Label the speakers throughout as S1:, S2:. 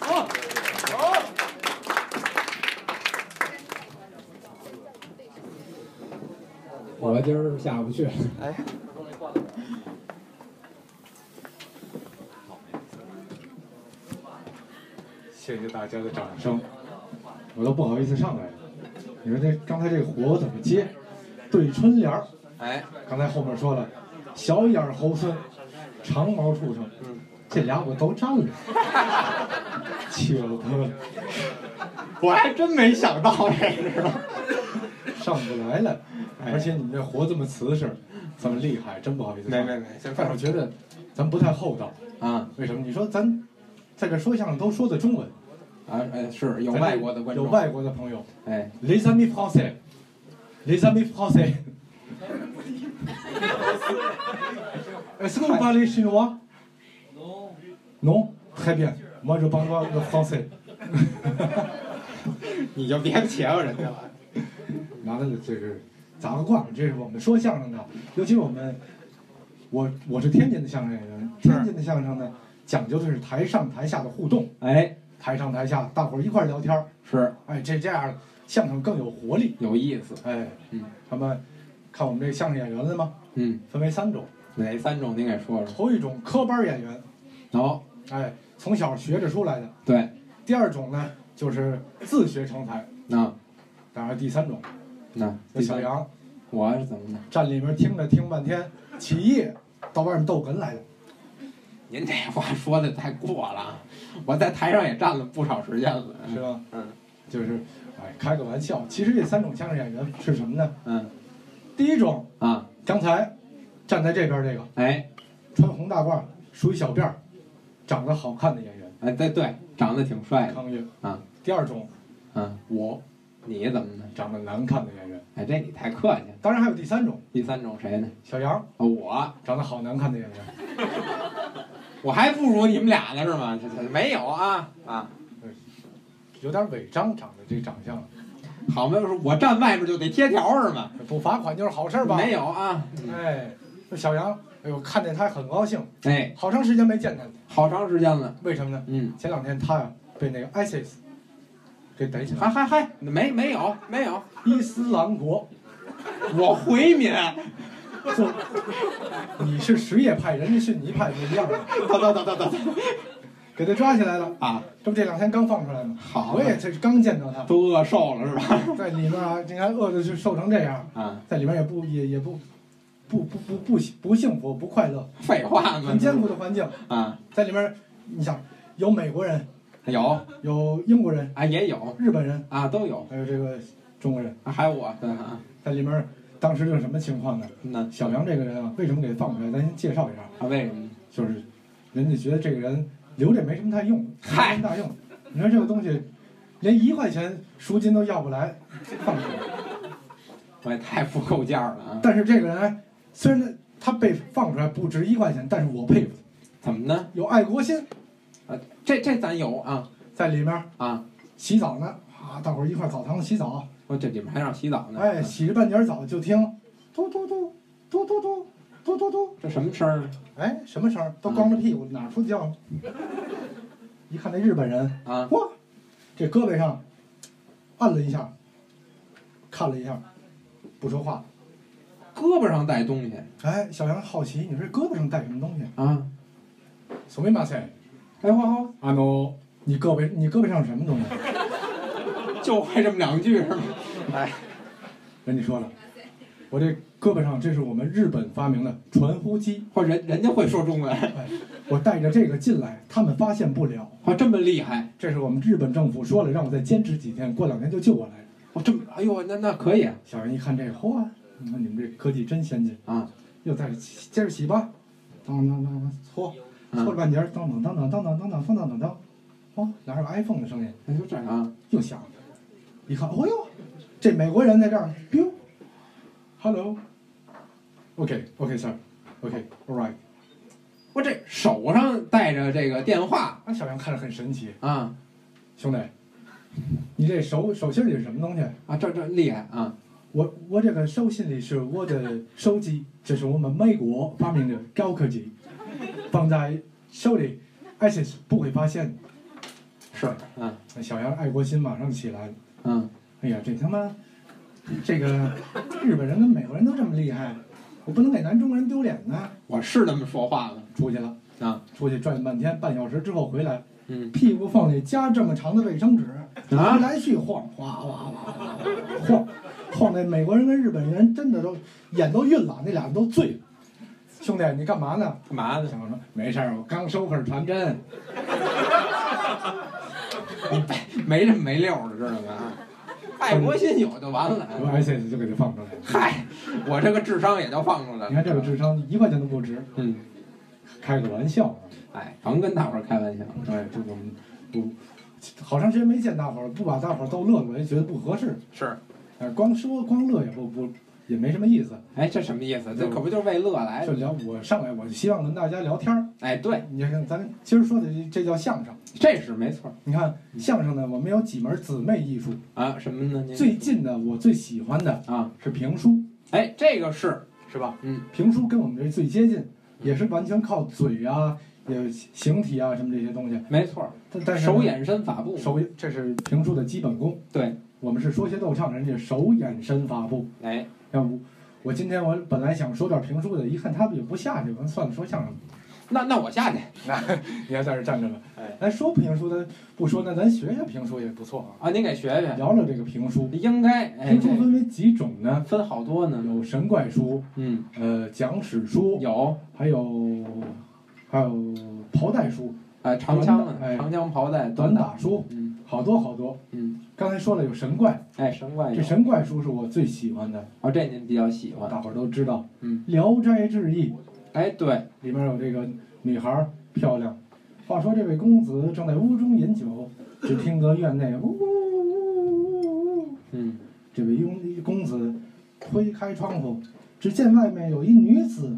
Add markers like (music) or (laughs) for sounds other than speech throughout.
S1: 好，好。
S2: 我今儿下不 (laughs) 去。
S1: 哎，
S2: 谢谢大家的掌声，我都不好意思上来了。你说这刚才这个活我怎么接？对春联儿，
S1: 哎，
S2: 刚才后面说了，小眼儿猴孙，长毛畜生，
S1: 嗯
S2: 这俩我都占了，气了他们！我还真没想到这个，上不来了。而且你们这活这么瓷实，这么厉害，真不好意思上
S1: 没
S2: 来。
S1: 没没，先
S2: 但是
S1: 放
S2: 我觉得咱不太厚道，
S1: 啊
S2: 为什么？你说咱在这说相声都说的中文，
S1: 啊哎，是有外国的观众，
S2: 有外国的朋友
S1: 哎，
S2: ，Les amis français，Les amis français，Est-ce que vous parlez chinois Non. Très bien. Moi, je parle le français.
S1: 你就别欺负人家了。
S2: 完了，这是砸个罐，这是我们说相声的，尤其我们，我我是天津的相声演员，
S1: 是
S2: 天津的相声呢，讲究的是台上台下的互动，
S1: 哎，
S2: 台上台下大伙儿一块儿聊天儿，
S1: 是
S2: 哎，这这样相声更有活力，
S1: 有意思，
S2: 哎，
S1: 嗯，
S2: 他们看我们这相声演员了吗？
S1: 嗯，
S2: 分为三种，
S1: 哪三种您给说说？
S2: 头一种科班演员，
S1: 哦，
S2: 哎，从小学着出来的；
S1: 对，
S2: 第二种呢，就是自学成才；
S1: 那
S2: 当然第三种，
S1: 那
S2: 那小杨
S1: 我是怎么的？
S2: 站里面听着听半天，起义到外面逗哏来的。
S1: 您这话说的太过了啊，我在台上也站了不少时间了。
S2: 是吧？
S1: 嗯，
S2: 就是，哎，开个玩笑。其实这三种相声演员是什么呢？
S1: 嗯
S2: 第一种，
S1: 啊，
S2: 刚才站在这边这个
S1: 哎
S2: 穿红大褂、梳一小辫儿、长得好看的演员
S1: 哎，对对，长得挺帅的。
S2: 康岳
S1: 啊。
S2: 第二种，
S1: 嗯，我，你怎么的？
S2: 长得难看的演员。
S1: 哎，这你太客气了。
S2: 当然还有第三种，
S1: 第三种谁呢？
S2: 小杨
S1: 啊，我，
S2: 长得好难看的演员。
S1: 我还不如你们俩呢是吗？这这没有啊啊，
S2: 有点违章，长得这长相
S1: 好嘛，我站外边就得贴条是吗？
S2: 不罚款就是好事儿吧？
S1: 没有啊，嗯
S2: 哎，这小杨，哎呦，看见他很高兴，
S1: 哎，
S2: 好长时间没见他，
S1: 好长时间了，
S2: 为什么呢？
S1: 嗯，
S2: 前两天他呀被那个 ISIS 给逮起来了，
S1: 还还还没没有没有，
S2: 伊斯兰国 (laughs)
S1: 我回民，
S2: 做，你是什叶派，人家逊尼派不一样的，
S1: 等等等等等等
S2: 给他抓起来了，
S1: 啊，
S2: 这不这两天刚放出来吗？
S1: 好
S2: 我也这刚见到他，
S1: 都饿瘦了是吧？
S2: 在里面啊，你看饿的就瘦成这样，
S1: 啊，
S2: 在里面也不也也不不不不不不幸福不快乐，
S1: 废话嘛，
S2: 很艰苦的环境，
S1: 啊，
S2: 在里面你想有美国人，
S1: 有
S2: 有英国人，
S1: 啊也有
S2: 日本人，
S1: 啊都有，
S2: 还有这个中国人，
S1: 啊还有我对啊，
S2: 在里面当时就是什么情况呢？
S1: 那
S2: 小杨这个人啊，为什么给他放出来？咱先介绍一下，
S1: 啊为什么呢？
S2: 就是人家觉得这个人留着也没什么太用，没
S1: 嗨
S2: 什么大用。你说这个东西，连一块钱赎金都要不来，放手。
S1: 我也太不够价了啊，
S2: 但是这个人虽然他他被放出来不值一块钱，但是我佩服他，
S1: 怎么呢？
S2: 有爱国心，
S1: 啊，这这咱有啊
S2: 在里面
S1: 啊，
S2: 洗澡呢啊，大伙儿一块儿澡堂子洗澡，
S1: 我这里面还让洗澡呢，啊
S2: 哎，洗着半截澡就听嘟嘟嘟嘟嘟嘟嘟嘟嘟，
S1: 这什么声儿
S2: 哎，什么声儿？都光着屁股，哪出的叫？ (laughs) 一看那日本人。
S1: 啊？
S2: 哇，这胳膊上按了一下，看了一下，不说话。
S1: 胳膊上带东西
S2: 哎，小杨好奇，你说这胳膊上带什么东西？
S1: 啊？
S2: 什么马赛？
S1: 哎，我好。
S2: 阿诺，你胳膊你胳膊上有什么东西？
S1: 就会这么两句是吗？哎，
S2: 人家说了，我这胳膊上这是我们日本发明的传呼机，
S1: 或人人家会说中文，
S2: (laughs) 我带着这个进来，他们发现不了。
S1: 哇，这么厉害，
S2: 这是我们日本政府说了，让我再坚持几天，过两天就救过来了。
S1: 哇，这么，哎呦，那那可以啊
S2: 小杨一看这个，嚯，你看你们这科技真先进。
S1: 啊，
S2: 又在这洗接着洗吧，当当当当搓，搓了
S1: 嗯
S2: 半截儿，当当当当当当当当当当当，哦，哪有 iPhone 的声音？
S1: 那就这样啊，
S2: 又响了，一看，哦呦，这美国人在这儿，biu，hello，OK，OK，sir，OK，all right。
S1: 我这手上带着这个电话
S2: 啊，小杨看着很神奇，
S1: 啊
S2: 兄弟，你这手手心里是什么东西？
S1: 啊，这这厉害啊，
S2: 我我这个手心里是我的手机，这是我们美国发明的高科技，放在手里，而且是不会发现的。
S1: 是，嗯
S2: 小杨爱国心马上起来了。
S1: 嗯，
S2: 哎呀，这他妈，这个日本人跟美国人都这么厉害，我不能给咱中国人丢脸呐！
S1: 我是那么说话的
S2: 出去了，
S1: 啊，
S2: 出去转半天，半小时之后回来，
S1: 嗯
S2: 屁股缝里夹这么长的卫生纸，来
S1: 啊，
S2: 来去晃，哗哗哗哗哗晃，晃那美国人跟日本人真的都眼都晕了，那俩人都醉了。兄弟，你干嘛呢？
S1: 干嘛呢？ (laughs)
S2: 小杨说没事儿，我刚收根传
S1: 啊
S2: 真。
S1: 没这么没溜儿的，知道吗？ (laughs) 爱国心有就完
S2: 我
S1: 了。
S2: 而且就给他放出来了。
S1: (laughs) 嗨，我这个智商也就放出来了。
S2: 你看这个智商一块钱都不值，
S1: 嗯，
S2: 开个玩笑啊。
S1: 哎，甭跟大伙儿开玩笑。
S2: 对，这我们不好长时间没见大伙儿，不把大伙儿逗乐了，我也觉得不合适。
S1: 是，
S2: 哎，光说光乐也不不也没什么意思。
S1: 哎，这什么意思？这可不就是为乐来
S2: 就
S1: 的？
S2: 聊我上来我就希望跟大家聊天儿。
S1: 哎，对，
S2: 你看咱今儿说的这这叫相声，
S1: 这是没错
S2: 你看
S1: 嗯
S2: 相声呢，我们有几门姊妹艺术。
S1: 啊。什么呢？您
S2: 最近呢，我最喜欢的
S1: 啊，
S2: 是评书，
S1: 哎，这个是
S2: 是吧？
S1: 嗯，
S2: 评书跟我们这最接近，也是完全靠嘴啊、也形体啊什么这些东西。
S1: 没错，
S2: 但但是呢
S1: 手眼身法步。
S2: 手这是评书的基本功。
S1: 对，
S2: 我们是说学逗唱，人家手眼身法步。
S1: 哎，
S2: 要不我今天我本来想说点评书的，一看他们也不下去，我说算了，说相声吧。
S1: 那那我下去。
S2: 你还在这站着呢
S1: 哎，
S2: 咱说评书的不说，那咱学学评书也不错啊。
S1: 啊，您给学学，
S2: 聊聊这个评书，
S1: 应该哎
S2: 评书分为几种
S1: 这
S2: 呢？
S1: 分好多呢。
S2: 有神怪书，
S1: 嗯，
S2: 呃，讲史书，
S1: 有
S2: 还有还有袍带书、
S1: 啊，长枪
S2: 哎
S1: 呢，长枪袍带
S2: 短
S1: 短打。
S2: 打书，
S1: 嗯
S2: 好多好多。
S1: 嗯，
S2: 刚才说了有神怪，
S1: 哎，神怪
S2: 这
S1: 有。
S2: 神怪书是我最喜欢的，
S1: 哦，这您比较喜欢。
S2: 大伙儿都知道。
S1: 嗯，
S2: 《聊斋志异》
S1: 哎，对，
S2: 里面有这个女孩儿漂亮。话说这位公子正在屋中饮酒，只听得院内呜呜呜呜呜。
S1: 嗯，
S2: 这位公公子推开窗户，只见外面有一女子，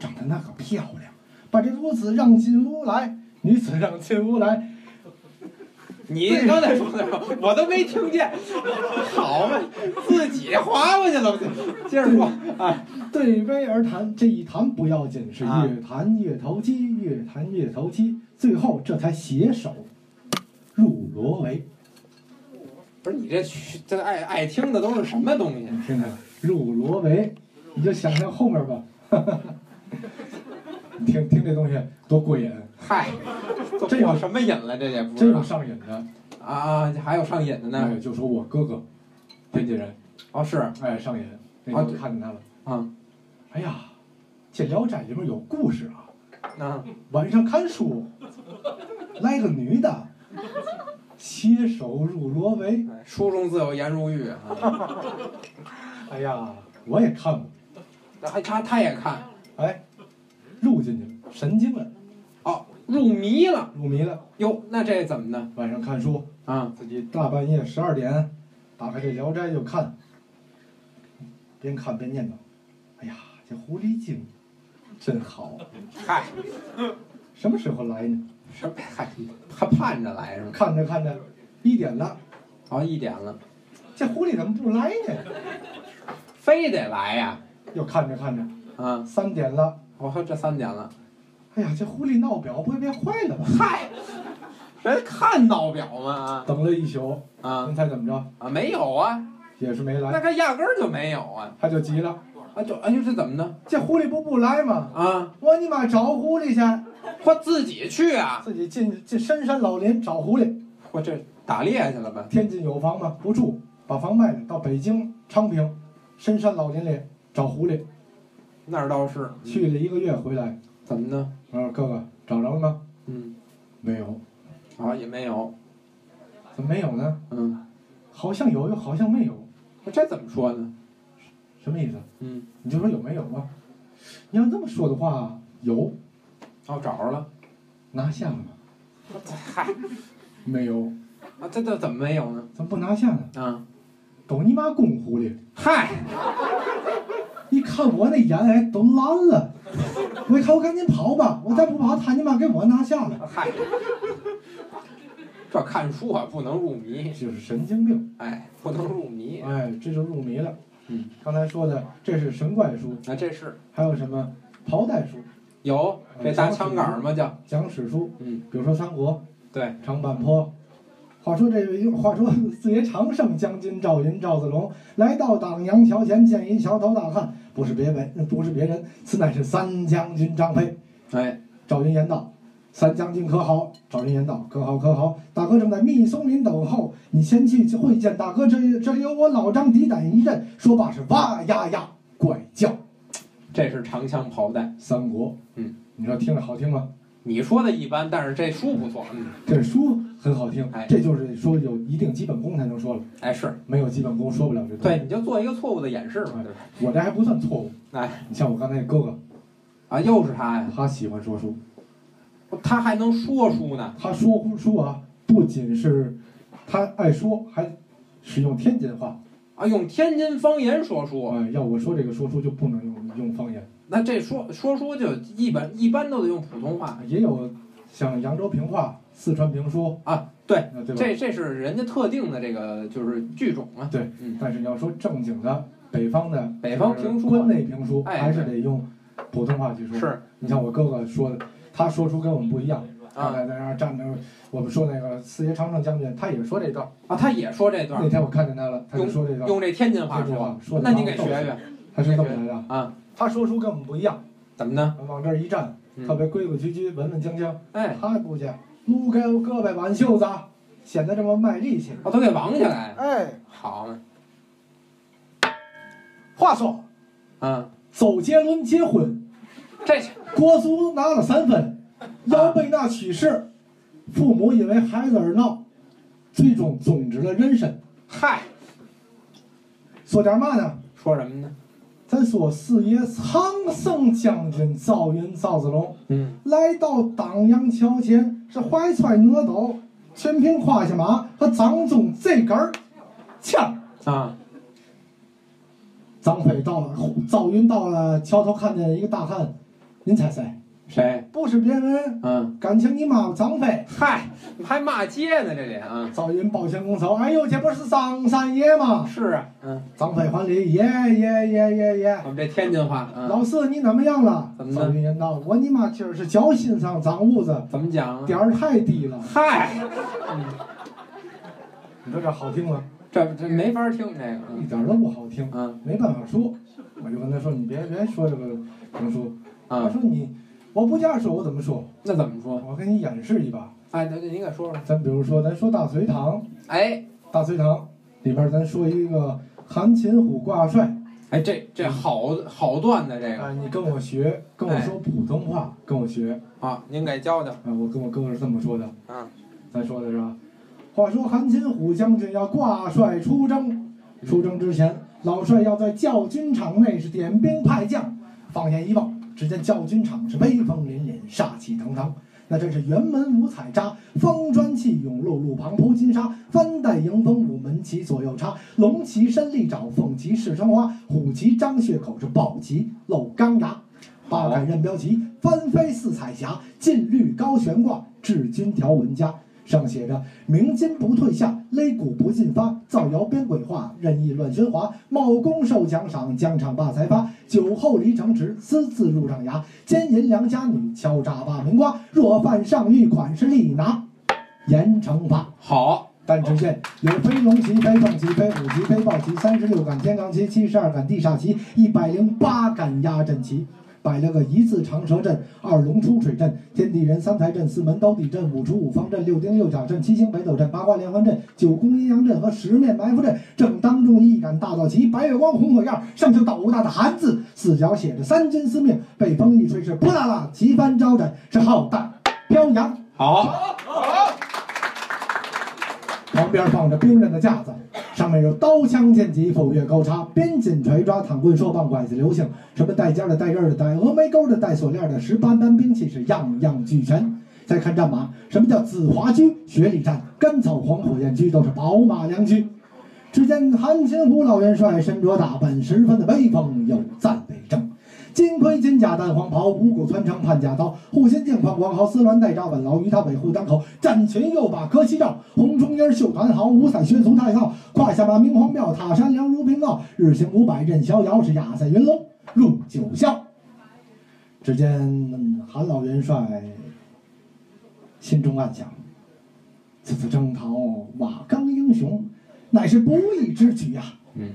S2: 长得那个漂亮，把这屋子让进屋来。女子让进屋来，
S1: 你刚才说的什么？我都没听见。好嘛，自己划过去了，接着说啊。
S2: 对杯而谈。这一谈不要紧，是
S1: 啊
S2: 越谈越投机，越谈越投机，最后这才携手入罗围。
S1: 不是你这这爱爱听的都是什么东西？
S2: 听见了？入罗围，你就想象后面吧。 (laughs) 你听听这东西多过瘾，
S1: (laughs) 嗨，
S2: 这有
S1: 什么瘾了？这也不
S2: 真
S1: 知
S2: 有
S1: 道
S2: 上瘾的。
S1: 啊，还有上瘾的呢。
S2: 哎，就说我哥哥，编辑人，
S1: 哦，是
S2: 哎，上瘾。那天
S1: 啊
S2: 我
S1: 对
S2: 看见他了，
S1: 啊，
S2: 哎呀，这《聊斋》里面有故事啊。
S1: 那
S2: 晚上看书，来个女的，携手入罗围。
S1: 哎书中自有颜如玉啊。
S2: 哎呀，我也看过，
S1: 还他他也看。
S2: 哎，入进去了，神经了，
S1: 哦，入迷了
S2: 入迷了。
S1: 哟，那这怎么呢？
S2: 晚上看书，
S1: 啊，
S2: 自己大半夜十二点打开这《聊斋》就看，边看边念叨：“哎呀，这狐狸精真好，
S1: 嗨，
S2: 什么时候来呢
S1: 什么嗨，还盼着来是？”吗？
S2: 看着看着，一点了，
S1: 哦，一点了，
S2: 这狐狸怎么不来呢？
S1: 非得来呀！
S2: 又看着看着，
S1: 啊，
S2: 三点了，
S1: 我说这三点了，
S2: 哎呀，这狐狸闹表不会变坏了吧？
S1: 嗨，人看闹表吗？
S2: 等了一宿，
S1: 啊啊
S2: 您猜怎么着？
S1: 啊，没有啊，
S2: 也是没
S1: 那
S2: 来，
S1: 他压根儿就没有啊！
S2: 他就急了，
S1: 啊，就哎呦，这怎么呢？
S2: 这狐狸不不来吗？
S1: 啊，
S2: 我尼玛找狐狸去！
S1: 我自己去啊！
S2: 自己进进深山老林找狐狸。
S1: 我这打猎去了吧？
S2: 天津有房吗？不住，把房卖了，到北京昌平深山老林里找狐狸，
S1: 那儿倒是，
S2: 去了一个月回来，
S1: 怎么呢？
S2: 我说哥哥找着了吗？
S1: 嗯，
S2: 没有，
S1: 啊，也没有，
S2: 怎么没有呢？
S1: 嗯，
S2: 好像有，又好像没有，
S1: 这怎么说呢？
S2: 什么意思？
S1: 嗯，
S2: 你就说有没有吧。你要这么说的话，有
S1: 哦，找着了，
S2: 拿下了吗？
S1: 嗨，
S2: 没有，
S1: 啊，这这怎么没有呢？
S2: 怎么不拿下呢？
S1: 啊，
S2: 都你妈公狐狸！
S1: 嗨。
S2: 一看我那眼哎都蓝了， (laughs) 我一看我赶紧跑吧，我再不跑他你妈给我拿下了，
S1: 嗨，这看书啊不能入迷，
S2: 就是神经病。
S1: 哎，不能入迷。
S2: 哎，这就入迷了。
S1: 嗯，
S2: 刚才说的这是神怪书，
S1: 那、这是
S2: 还有什么袍带书、
S1: 嗯有这大枪杆儿吗？叫
S2: 讲史书，
S1: 嗯，
S2: 比如说三国，
S1: 对，
S2: 长坂坡、话说这 (laughs) 位，话说四爷常胜将军赵云赵子龙来到党阳桥前，见一桥头大汉，不是别人，不是别人，此乃是三将军张飞。
S1: 哎，
S2: 赵云言道：“三将军可好？”赵云言道：“可好，可好。大哥正在密松林等候，你先去会见大哥。这这里有我老张抵挡一阵。”说罢是哇呀呀怪叫。
S1: 这是长枪炮弹。
S2: 三国，
S1: 嗯，
S2: 你说听着好听吗？
S1: 你说的一般，但是这书不错。嗯，
S2: 这书很好听
S1: 哎，
S2: 这就是说有一定基本功才能说了，
S1: 哎是
S2: 没有基本功说不了这东西。
S1: 对，你就做一个错误的演示嘛，对吧？
S2: 我这还不算错误。
S1: 哎，
S2: 你像我刚才那哥哥，
S1: 啊，又是他呀，
S2: 他喜欢说书，
S1: 他还能说书呢。
S2: 他说书啊，不仅是他爱说，还使用天津话。
S1: 啊，用天津方言说书，
S2: 哎，要我说这个说书就不能用用方言，
S1: 那这说说书就一般一般都得用普通话
S2: 啊也有像扬州评话、四川评书，
S1: 啊。对，
S2: 呃对吧？
S1: 这这是人家特定的这个就是剧种啊。
S2: 但是你要说正经的北方的
S1: 北方评书
S2: 关
S1: 啊
S2: 内评书，
S1: 哎
S2: 还是得用普通话去说。
S1: 是
S2: 你像我哥哥说的，他说书跟我们不一样。刚
S1: 啊
S2: 才在那儿站着，我们说那个四爷常胜将军，他也说这段儿。
S1: 啊，他也说这段
S2: 那天我看见他了，他就说这段儿，
S1: 用这天津话
S2: 这
S1: 说，
S2: 段说
S1: 那
S2: 的
S1: 你给
S2: 逗
S1: 学
S2: 死
S1: 学
S2: 他是这么来的
S1: 啊？
S2: 他说书跟我们不一样，
S1: 怎么呢？
S2: 往这儿一站，
S1: 嗯
S2: 特别规规矩矩、文文静静。
S1: 哎，
S2: (laughs) 他不去，撸开胳膊挽袖子，显得这么卖力气。
S1: 我都给绑起来。
S2: 哎，
S1: 好嘛，
S2: 话说
S1: 啊，
S2: 走杰伦结婚，
S1: 这是
S2: 国足拿了三分，姚贝娜去世，父母因为孩子而闹，最终终止了人生。
S1: 嗨，
S2: 说点嘛呢？
S1: 说什么呢？
S2: 咱说四爷常胜将军赵云赵子龙
S1: 嗯，
S2: 来到当阳桥前，是怀揣哪斗，全凭胯下马和掌中这杆儿枪。
S1: 啊，
S2: 张飞到了，赵云到了，桥头看见一个大汉，您猜谁？
S1: 谁？
S2: 不是别人，
S1: 嗯，
S2: 感情你妈张飞。
S1: 嗨，还骂街呢，这里啊，
S2: 赵云抱拳拱手，哎呦，这不是张三爷吗？
S1: 是啊，嗯，
S2: 张飞还礼，爷爷爷爷爷，
S1: 我们这天津话，嗯，
S2: 老四你怎么样了
S1: 怎？么了
S2: 赵云言道：我你妈今儿是脚心上长痦子，
S1: 怎么讲啊？
S2: 点儿太低了。
S1: 嗨，
S2: 你说这好听吗？
S1: 这这没法听这个，
S2: 一
S1: 嗯
S2: 点都不好听，
S1: 嗯
S2: 没办法说。我就跟他说，你别别说这个评书。他
S1: 嗯，
S2: 说你，我不这样说，我怎么说？
S1: 那怎么说？
S2: 我给你演示一把。
S1: 哎，那那您给说说，
S2: 咱比如说，咱说大隋唐，
S1: 哎
S2: 大隋唐里边儿咱说一个韩擒虎挂帅
S1: 哎，这这好好段子这
S2: 啊、
S1: 个
S2: 你跟我学，跟我说普通话，跟我学啊、
S1: 啊，您给教教，
S2: 我跟我哥哥是这么说的，
S1: 嗯，
S2: 咱说的是吧？话说韩擒虎将军要挂帅出征，出征之前，老帅要在教军场内是点兵派将。放眼一望，只见教军场是威风凛凛，煞气腾腾。那真是辕门五彩扎，方砖砌甬露路旁铺金沙，翻带迎风五门旗左右插，龙旗伸利爪，凤旗试生花，虎旗张血口是豹旗露钢牙，八杆任标旗，翻飞似彩霞，劲绿高悬挂，治军条文家。上写着“鸣金不退下，擂鼓不进发，造谣编鬼话，任意乱喧哗，冒功受奖赏，疆场霸财发，酒后离城池，私自入帐衙，奸淫良家女，敲诈霸门瓜，若犯上狱，款是立拿严惩罚。”
S1: 好，
S2: 但只见有飞龙旗、飞凤旗、飞虎旗、飞豹旗三十六杆天罡旗、七十二杆地煞旗、一百零八杆压阵旗。摆了个一字长蛇阵、二龙出水阵、天地人三才阵、四门兜底阵、五出五方阵、六丁六甲阵、七星北斗阵、八卦连环阵、九宫阴阳阵和十面埋伏阵。正当中一杆大道旗，白月光红火焰，上头斗大的寒字，四角写着三军司命，被风一吹是扑啦啦，旗幡招展，是浩荡飘扬。
S1: 好，
S2: 旁边放着冰刃的架子，上面有刀枪剑戟、斧钺钩叉、鞭锏锤抓、躺棍槊棒、拐子流星，什么带尖的、带刃儿的、带峨眉钩的、带锁链儿的，十八般兵器是样样俱全。再看战马，什么叫紫华驹、雪里战、甘草黄火焰驹，都是宝马良驹。只见韩擒虎老元帅身着打扮，十分的威风，有赞为证。金盔金甲淡黄袍，五谷穿肠盼甲刀，护心镜放光豪，丝鸾带扎稳牢，于他尾护当口，战裙又把革西罩，红中衣绣团袍，五彩宣俗太套，胯下马明皇庙，塔山梁如平道，日行五百任逍遥，是亚赛云龙入九霄。只见嗯韩老元帅心中暗想：此次征讨，瓦雄，乃是不义之举呀、
S1: 嗯，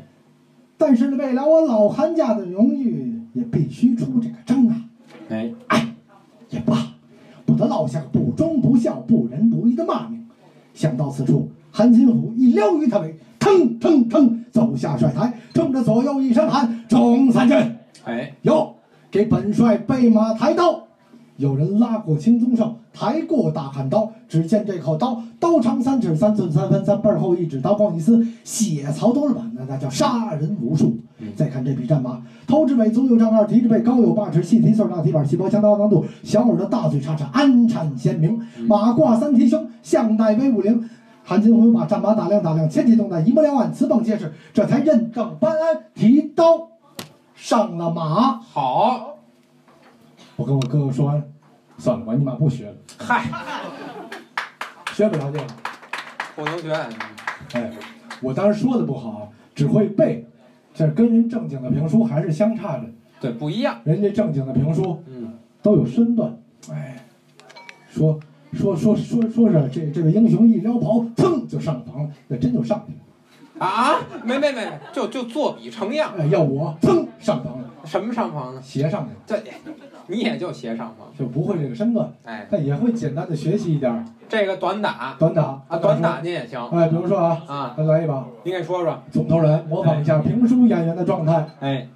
S2: 但是为了我老韩家的荣誉，也必须出这个征啊！
S1: 哎，
S2: 哎，也罢，不得落下不忠不孝、不仁不义的骂名。想到此处，韩金虎一撩于他尾，腾腾腾走下帅台，冲着左右一声喊：“众三军！”
S1: 哎，
S2: 哟，给本帅备马抬刀！有人拉过青鬃哨，抬过大砍刀。只见这口刀，刀长三尺三寸三分三倍儿厚，一指刀光一丝，血槽都是满的，那叫杀人无数。再看这匹战马，头至尾足有丈二，蹄至背高有八尺，细蹄穗儿大蹄板，细脖枪刀当肚，小耳朵大嘴叉叉，鞍产鲜明。马褂三蹄胸，项带威武灵。韩金虎把战马打量打量，前提动弹，一目了然，词迸皆是，这才认证班安，提刀上了马。
S1: 好，
S2: 我跟我哥哥说，算了吧，你妈不学了，
S1: 嗨，
S2: 学不了这个。
S1: 不能学，
S2: 哎，我当时说的不好啊，只会背，这跟人正经的评书还是相差着。
S1: 对，不一样，
S2: 人家正经的评书
S1: 嗯，
S2: 都有身段，哎，说说说说说是这这位英雄一撩袍，噌就上房了，那真就上去了。
S1: 啊，没没没，就就作比成样，
S2: 哎，要我噌上房了，
S1: 什么上房呢？
S2: 斜上去了，
S1: 这你也就斜上房，
S2: 就不会这个身段，
S1: 哎，
S2: 但也会简单的学习一点儿
S1: 这个短打
S2: 短打
S1: 啊，短。打您也行
S2: 哎，比如说啊，
S1: 啊，
S2: 来一把
S1: 您给说说，
S2: 总头人，模仿一
S1: (laughs)
S2: 下评书演员的状态。
S1: 哎，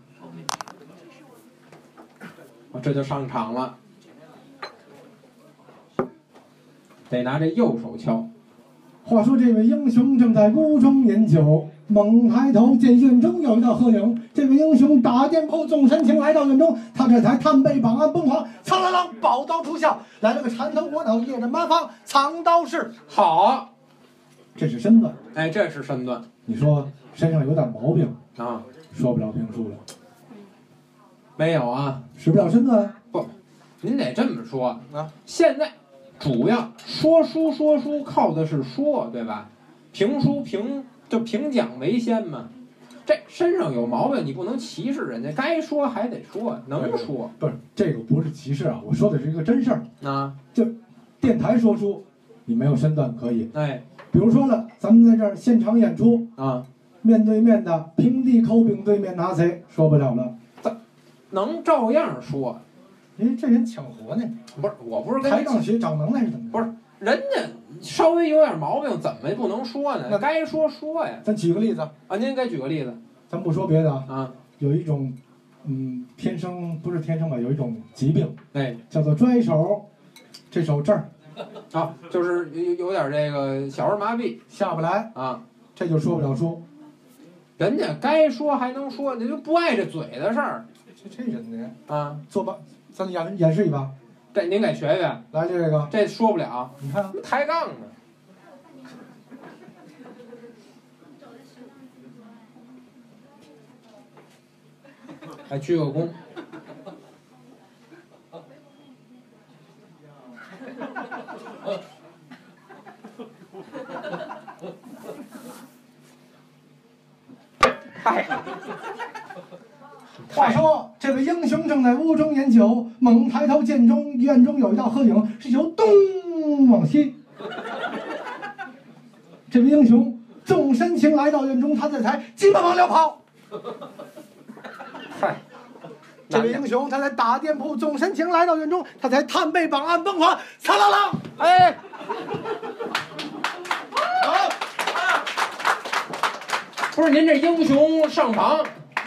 S1: 我这就上场了，得拿这右手敲，
S2: 话说这位英雄正在屋中饮酒，猛抬头见院中有一道黑影。这位英雄打电扣纵身情来到院中，他这才探背绑鞍崩狂，苍啷啷宝刀出鞘，来了个缠头裹脑，夜刃蛮方，藏刀式。
S1: 好，
S2: 这是身段，
S1: 哎，这是身段
S2: 你说身上有点毛病，
S1: 啊，
S2: 说不了评书了，
S1: 没有啊，
S2: 使不了身段，
S1: 您得这么说
S3: 啊，
S1: 现在主要说书说书靠的是说，对吧？评书评就评讲为先嘛。这身上有毛病，你不能歧视人家，该说还得说，能说
S2: 不是这个不是歧视啊，我说的是一个真事儿。
S1: 啊？
S2: 电台说书，你没有身段可以，
S1: 哎
S2: 比如说了，咱们在这儿现场演出，
S1: 啊，
S2: 面对面的平地抠饼，对面拿谁说不了了。
S1: 能照样说，
S2: 哎，这人抢活呢，
S1: 不是？我不是跟
S2: 抬
S1: 人
S2: 杠学长能耐是怎么着？
S1: 不是人家稍微有点毛病，怎么不能说呢？
S2: 那
S1: 该说说呀。
S2: 咱举个例子，
S1: 啊，您给举个例子
S2: 咱不说别的啊，
S1: 啊？
S2: 有一种，嗯，天生不是天生吧，有一种疾病
S1: 哎
S2: 叫做拽手，这手这儿
S1: 啊，就是有有点这个小儿麻痹
S2: 下不来，
S1: 啊。
S2: 这就说不了书。
S1: 人家该说还能说，你就不碍这嘴的事儿
S2: 这这人呢，
S1: 啊。
S2: 做吧，咱演演示一把，
S1: 这您给学学，
S2: 来这个，
S1: 这说不了，
S2: 你看，啊
S1: 抬杠呢。还鞠个躬，
S2: 话说这位英雄正在屋中饮酒，猛抬头见中院中有一道黑影，是由东往西。 (laughs) 这位英雄纵身情来到院中，他这才急忙往撩跑。
S1: 嗨，
S2: (laughs) 这位英雄他才打店铺，纵身情来到院中，他才探背绑案崩狂，苍啷啷。
S1: 哎，
S2: 好，
S1: 不是您这英雄上房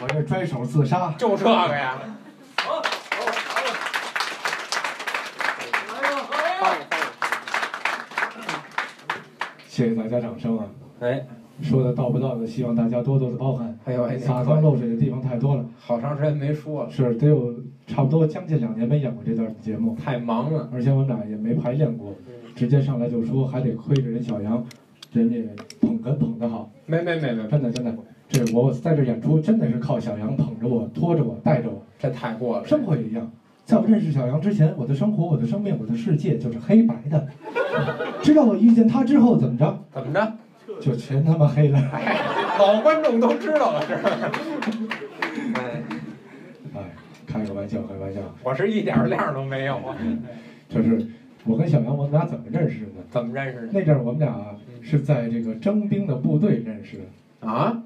S2: 我这拽手自杀，
S1: 就这个呀？
S2: 谢谢大家掌声啊！
S1: 哎，
S2: 说的到不到的，希望大家多多的包涵。
S1: 哎呦哎，
S2: 洒汤漏水的地方太多了，
S1: 好长时间没说了，
S2: 是得有差不多将近两年没演过这段节目。
S1: 太忙了。
S2: 而且我俩也没排练过
S1: 嗯，
S2: 直接上来就说，还得亏着人小杨，人家捧哏捧得好，
S1: 没没没没，
S2: 真的真的，这我在这演出真的是靠小杨捧着我，拖着我，带着我。
S1: 这太过了。
S2: 生活也一样，在我认识小杨之前，我的生活、我的生命、我的世界就是黑白的。 (laughs) 直到我遇见他之后，怎么着，
S1: 怎么着？
S2: 就全他妈黑了。
S1: 老观众都知道了是吧？哎，
S2: 哎，开个玩笑，开个玩笑，
S1: 我是一点儿亮都没有啊。
S2: 这是我跟小杨，我们俩怎么认识的呢？
S1: 怎么认识
S2: 那阵儿我们俩啊是在这个征兵的部队认识的，
S1: 的？啊？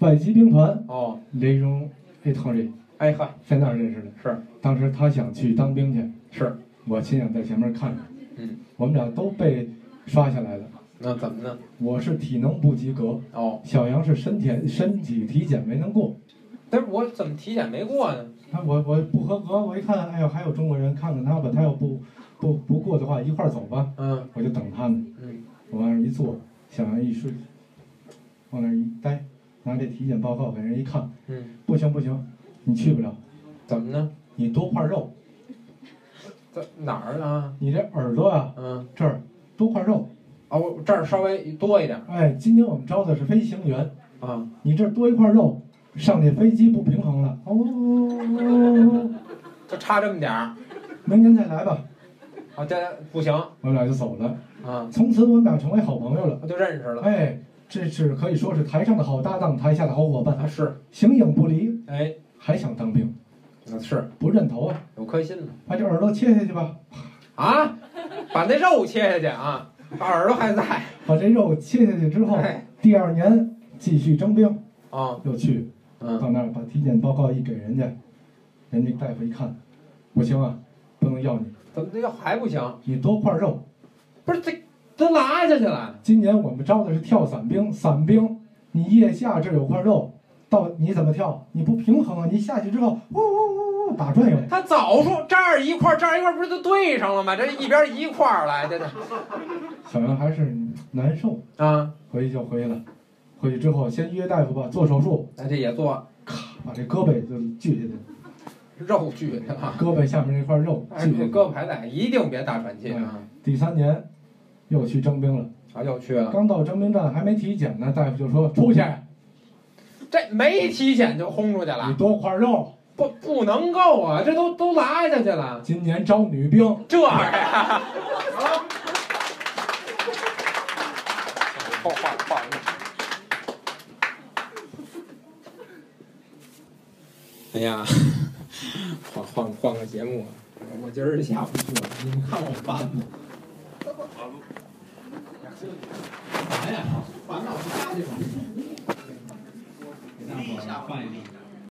S2: 外籍兵团
S1: 哦，
S2: 雷荣 A 托里
S1: 哎嗨，
S2: 在那儿认识的。
S1: 是
S2: 当时他想去当兵去，
S1: 是，
S2: 我亲眼在前面看着，
S1: 嗯，
S2: 我们俩都被刷下来了。
S1: 那怎么呢？
S2: 我是体能不及格，
S1: 哦，
S2: 小杨是身体身体体检没能过。
S1: 但是我怎么体检没过呢？
S2: 那我我不合格，我一看，哎呦，还有中国人，看看他吧，他要不不不过的话，一块儿走吧，
S1: 嗯
S2: 我就等他呢。
S1: 嗯，
S2: 我往那儿一坐，小杨一睡，往那儿一待，拿这体检报告给人一看，
S1: 嗯，
S2: 不行不行，你去不了，
S1: 怎么呢？
S2: 你多块肉，
S1: 在哪儿啊？
S2: 你这耳朵啊
S1: 嗯，
S2: 这儿多块肉，
S1: 哦，这儿稍微多一点
S2: 哎，今天我们招的是飞行员，
S1: 啊。
S2: 你这儿多一块肉，上去飞机不平衡了，哦，
S1: 就差这么点儿
S2: 明年再来吧，
S1: 啊，这不行
S2: 我们俩就走了，
S1: 啊，
S2: 从此我们俩成为好朋友了。
S1: 我就认识了
S2: 哎，这是可以说是台上的好搭档，台下的好伙伴，
S1: 啊，是，
S2: 形影不离。
S1: 哎，
S2: 还想当兵，
S1: 那是
S2: 不认头啊，
S1: 有颗心呢
S2: 把这耳朵切下去吧，
S1: 啊，把那肉切下去啊，把耳朵还在
S2: 把这肉切下去之后，
S1: 哎
S2: 第二年继续征兵，
S1: 啊，
S2: 又去
S1: 嗯，
S2: 到那儿把体检报告一给人家，人家大夫一看，不行啊，不能要你，
S1: 怎么这要还不行？
S2: 你多块肉。
S1: 不是这这拉下去了，
S2: 今年我们招的是跳伞兵，伞兵你腋下这有块肉，到你怎么跳？你不平衡啊！你下去之后，呜呜呜呜打转悠，
S1: 他早说这儿一块儿这儿一块儿不是就对上了吗？这一边一块儿来的呢
S2: 小杨还是难受。
S1: 啊，
S2: 回去就回去了，回去之后先约大夫吧，做手术，
S1: 那这也做
S2: 把这胳膊就锯下去，
S1: 肉锯去了。
S2: 胳膊下面那块肉
S1: 哎，
S2: 锯下去。
S1: 胳膊还在，一定别大喘气啊！
S2: 第三年又去征兵了，
S1: 啊，又去了，
S2: 刚到征兵站还没体检呢，大夫就说出去，
S1: 这没体检就轰出去了
S2: 你，多块肉，
S1: 不不能够啊！这都都拉下去了。
S2: 今年招女兵，
S1: 这玩意儿啊。后换换 (laughs) 哎呀，换换换个节目啊！我今儿下午去了，你们看我烦吗？干嘛呀？烦到我家去吧。给大伙儿放一首。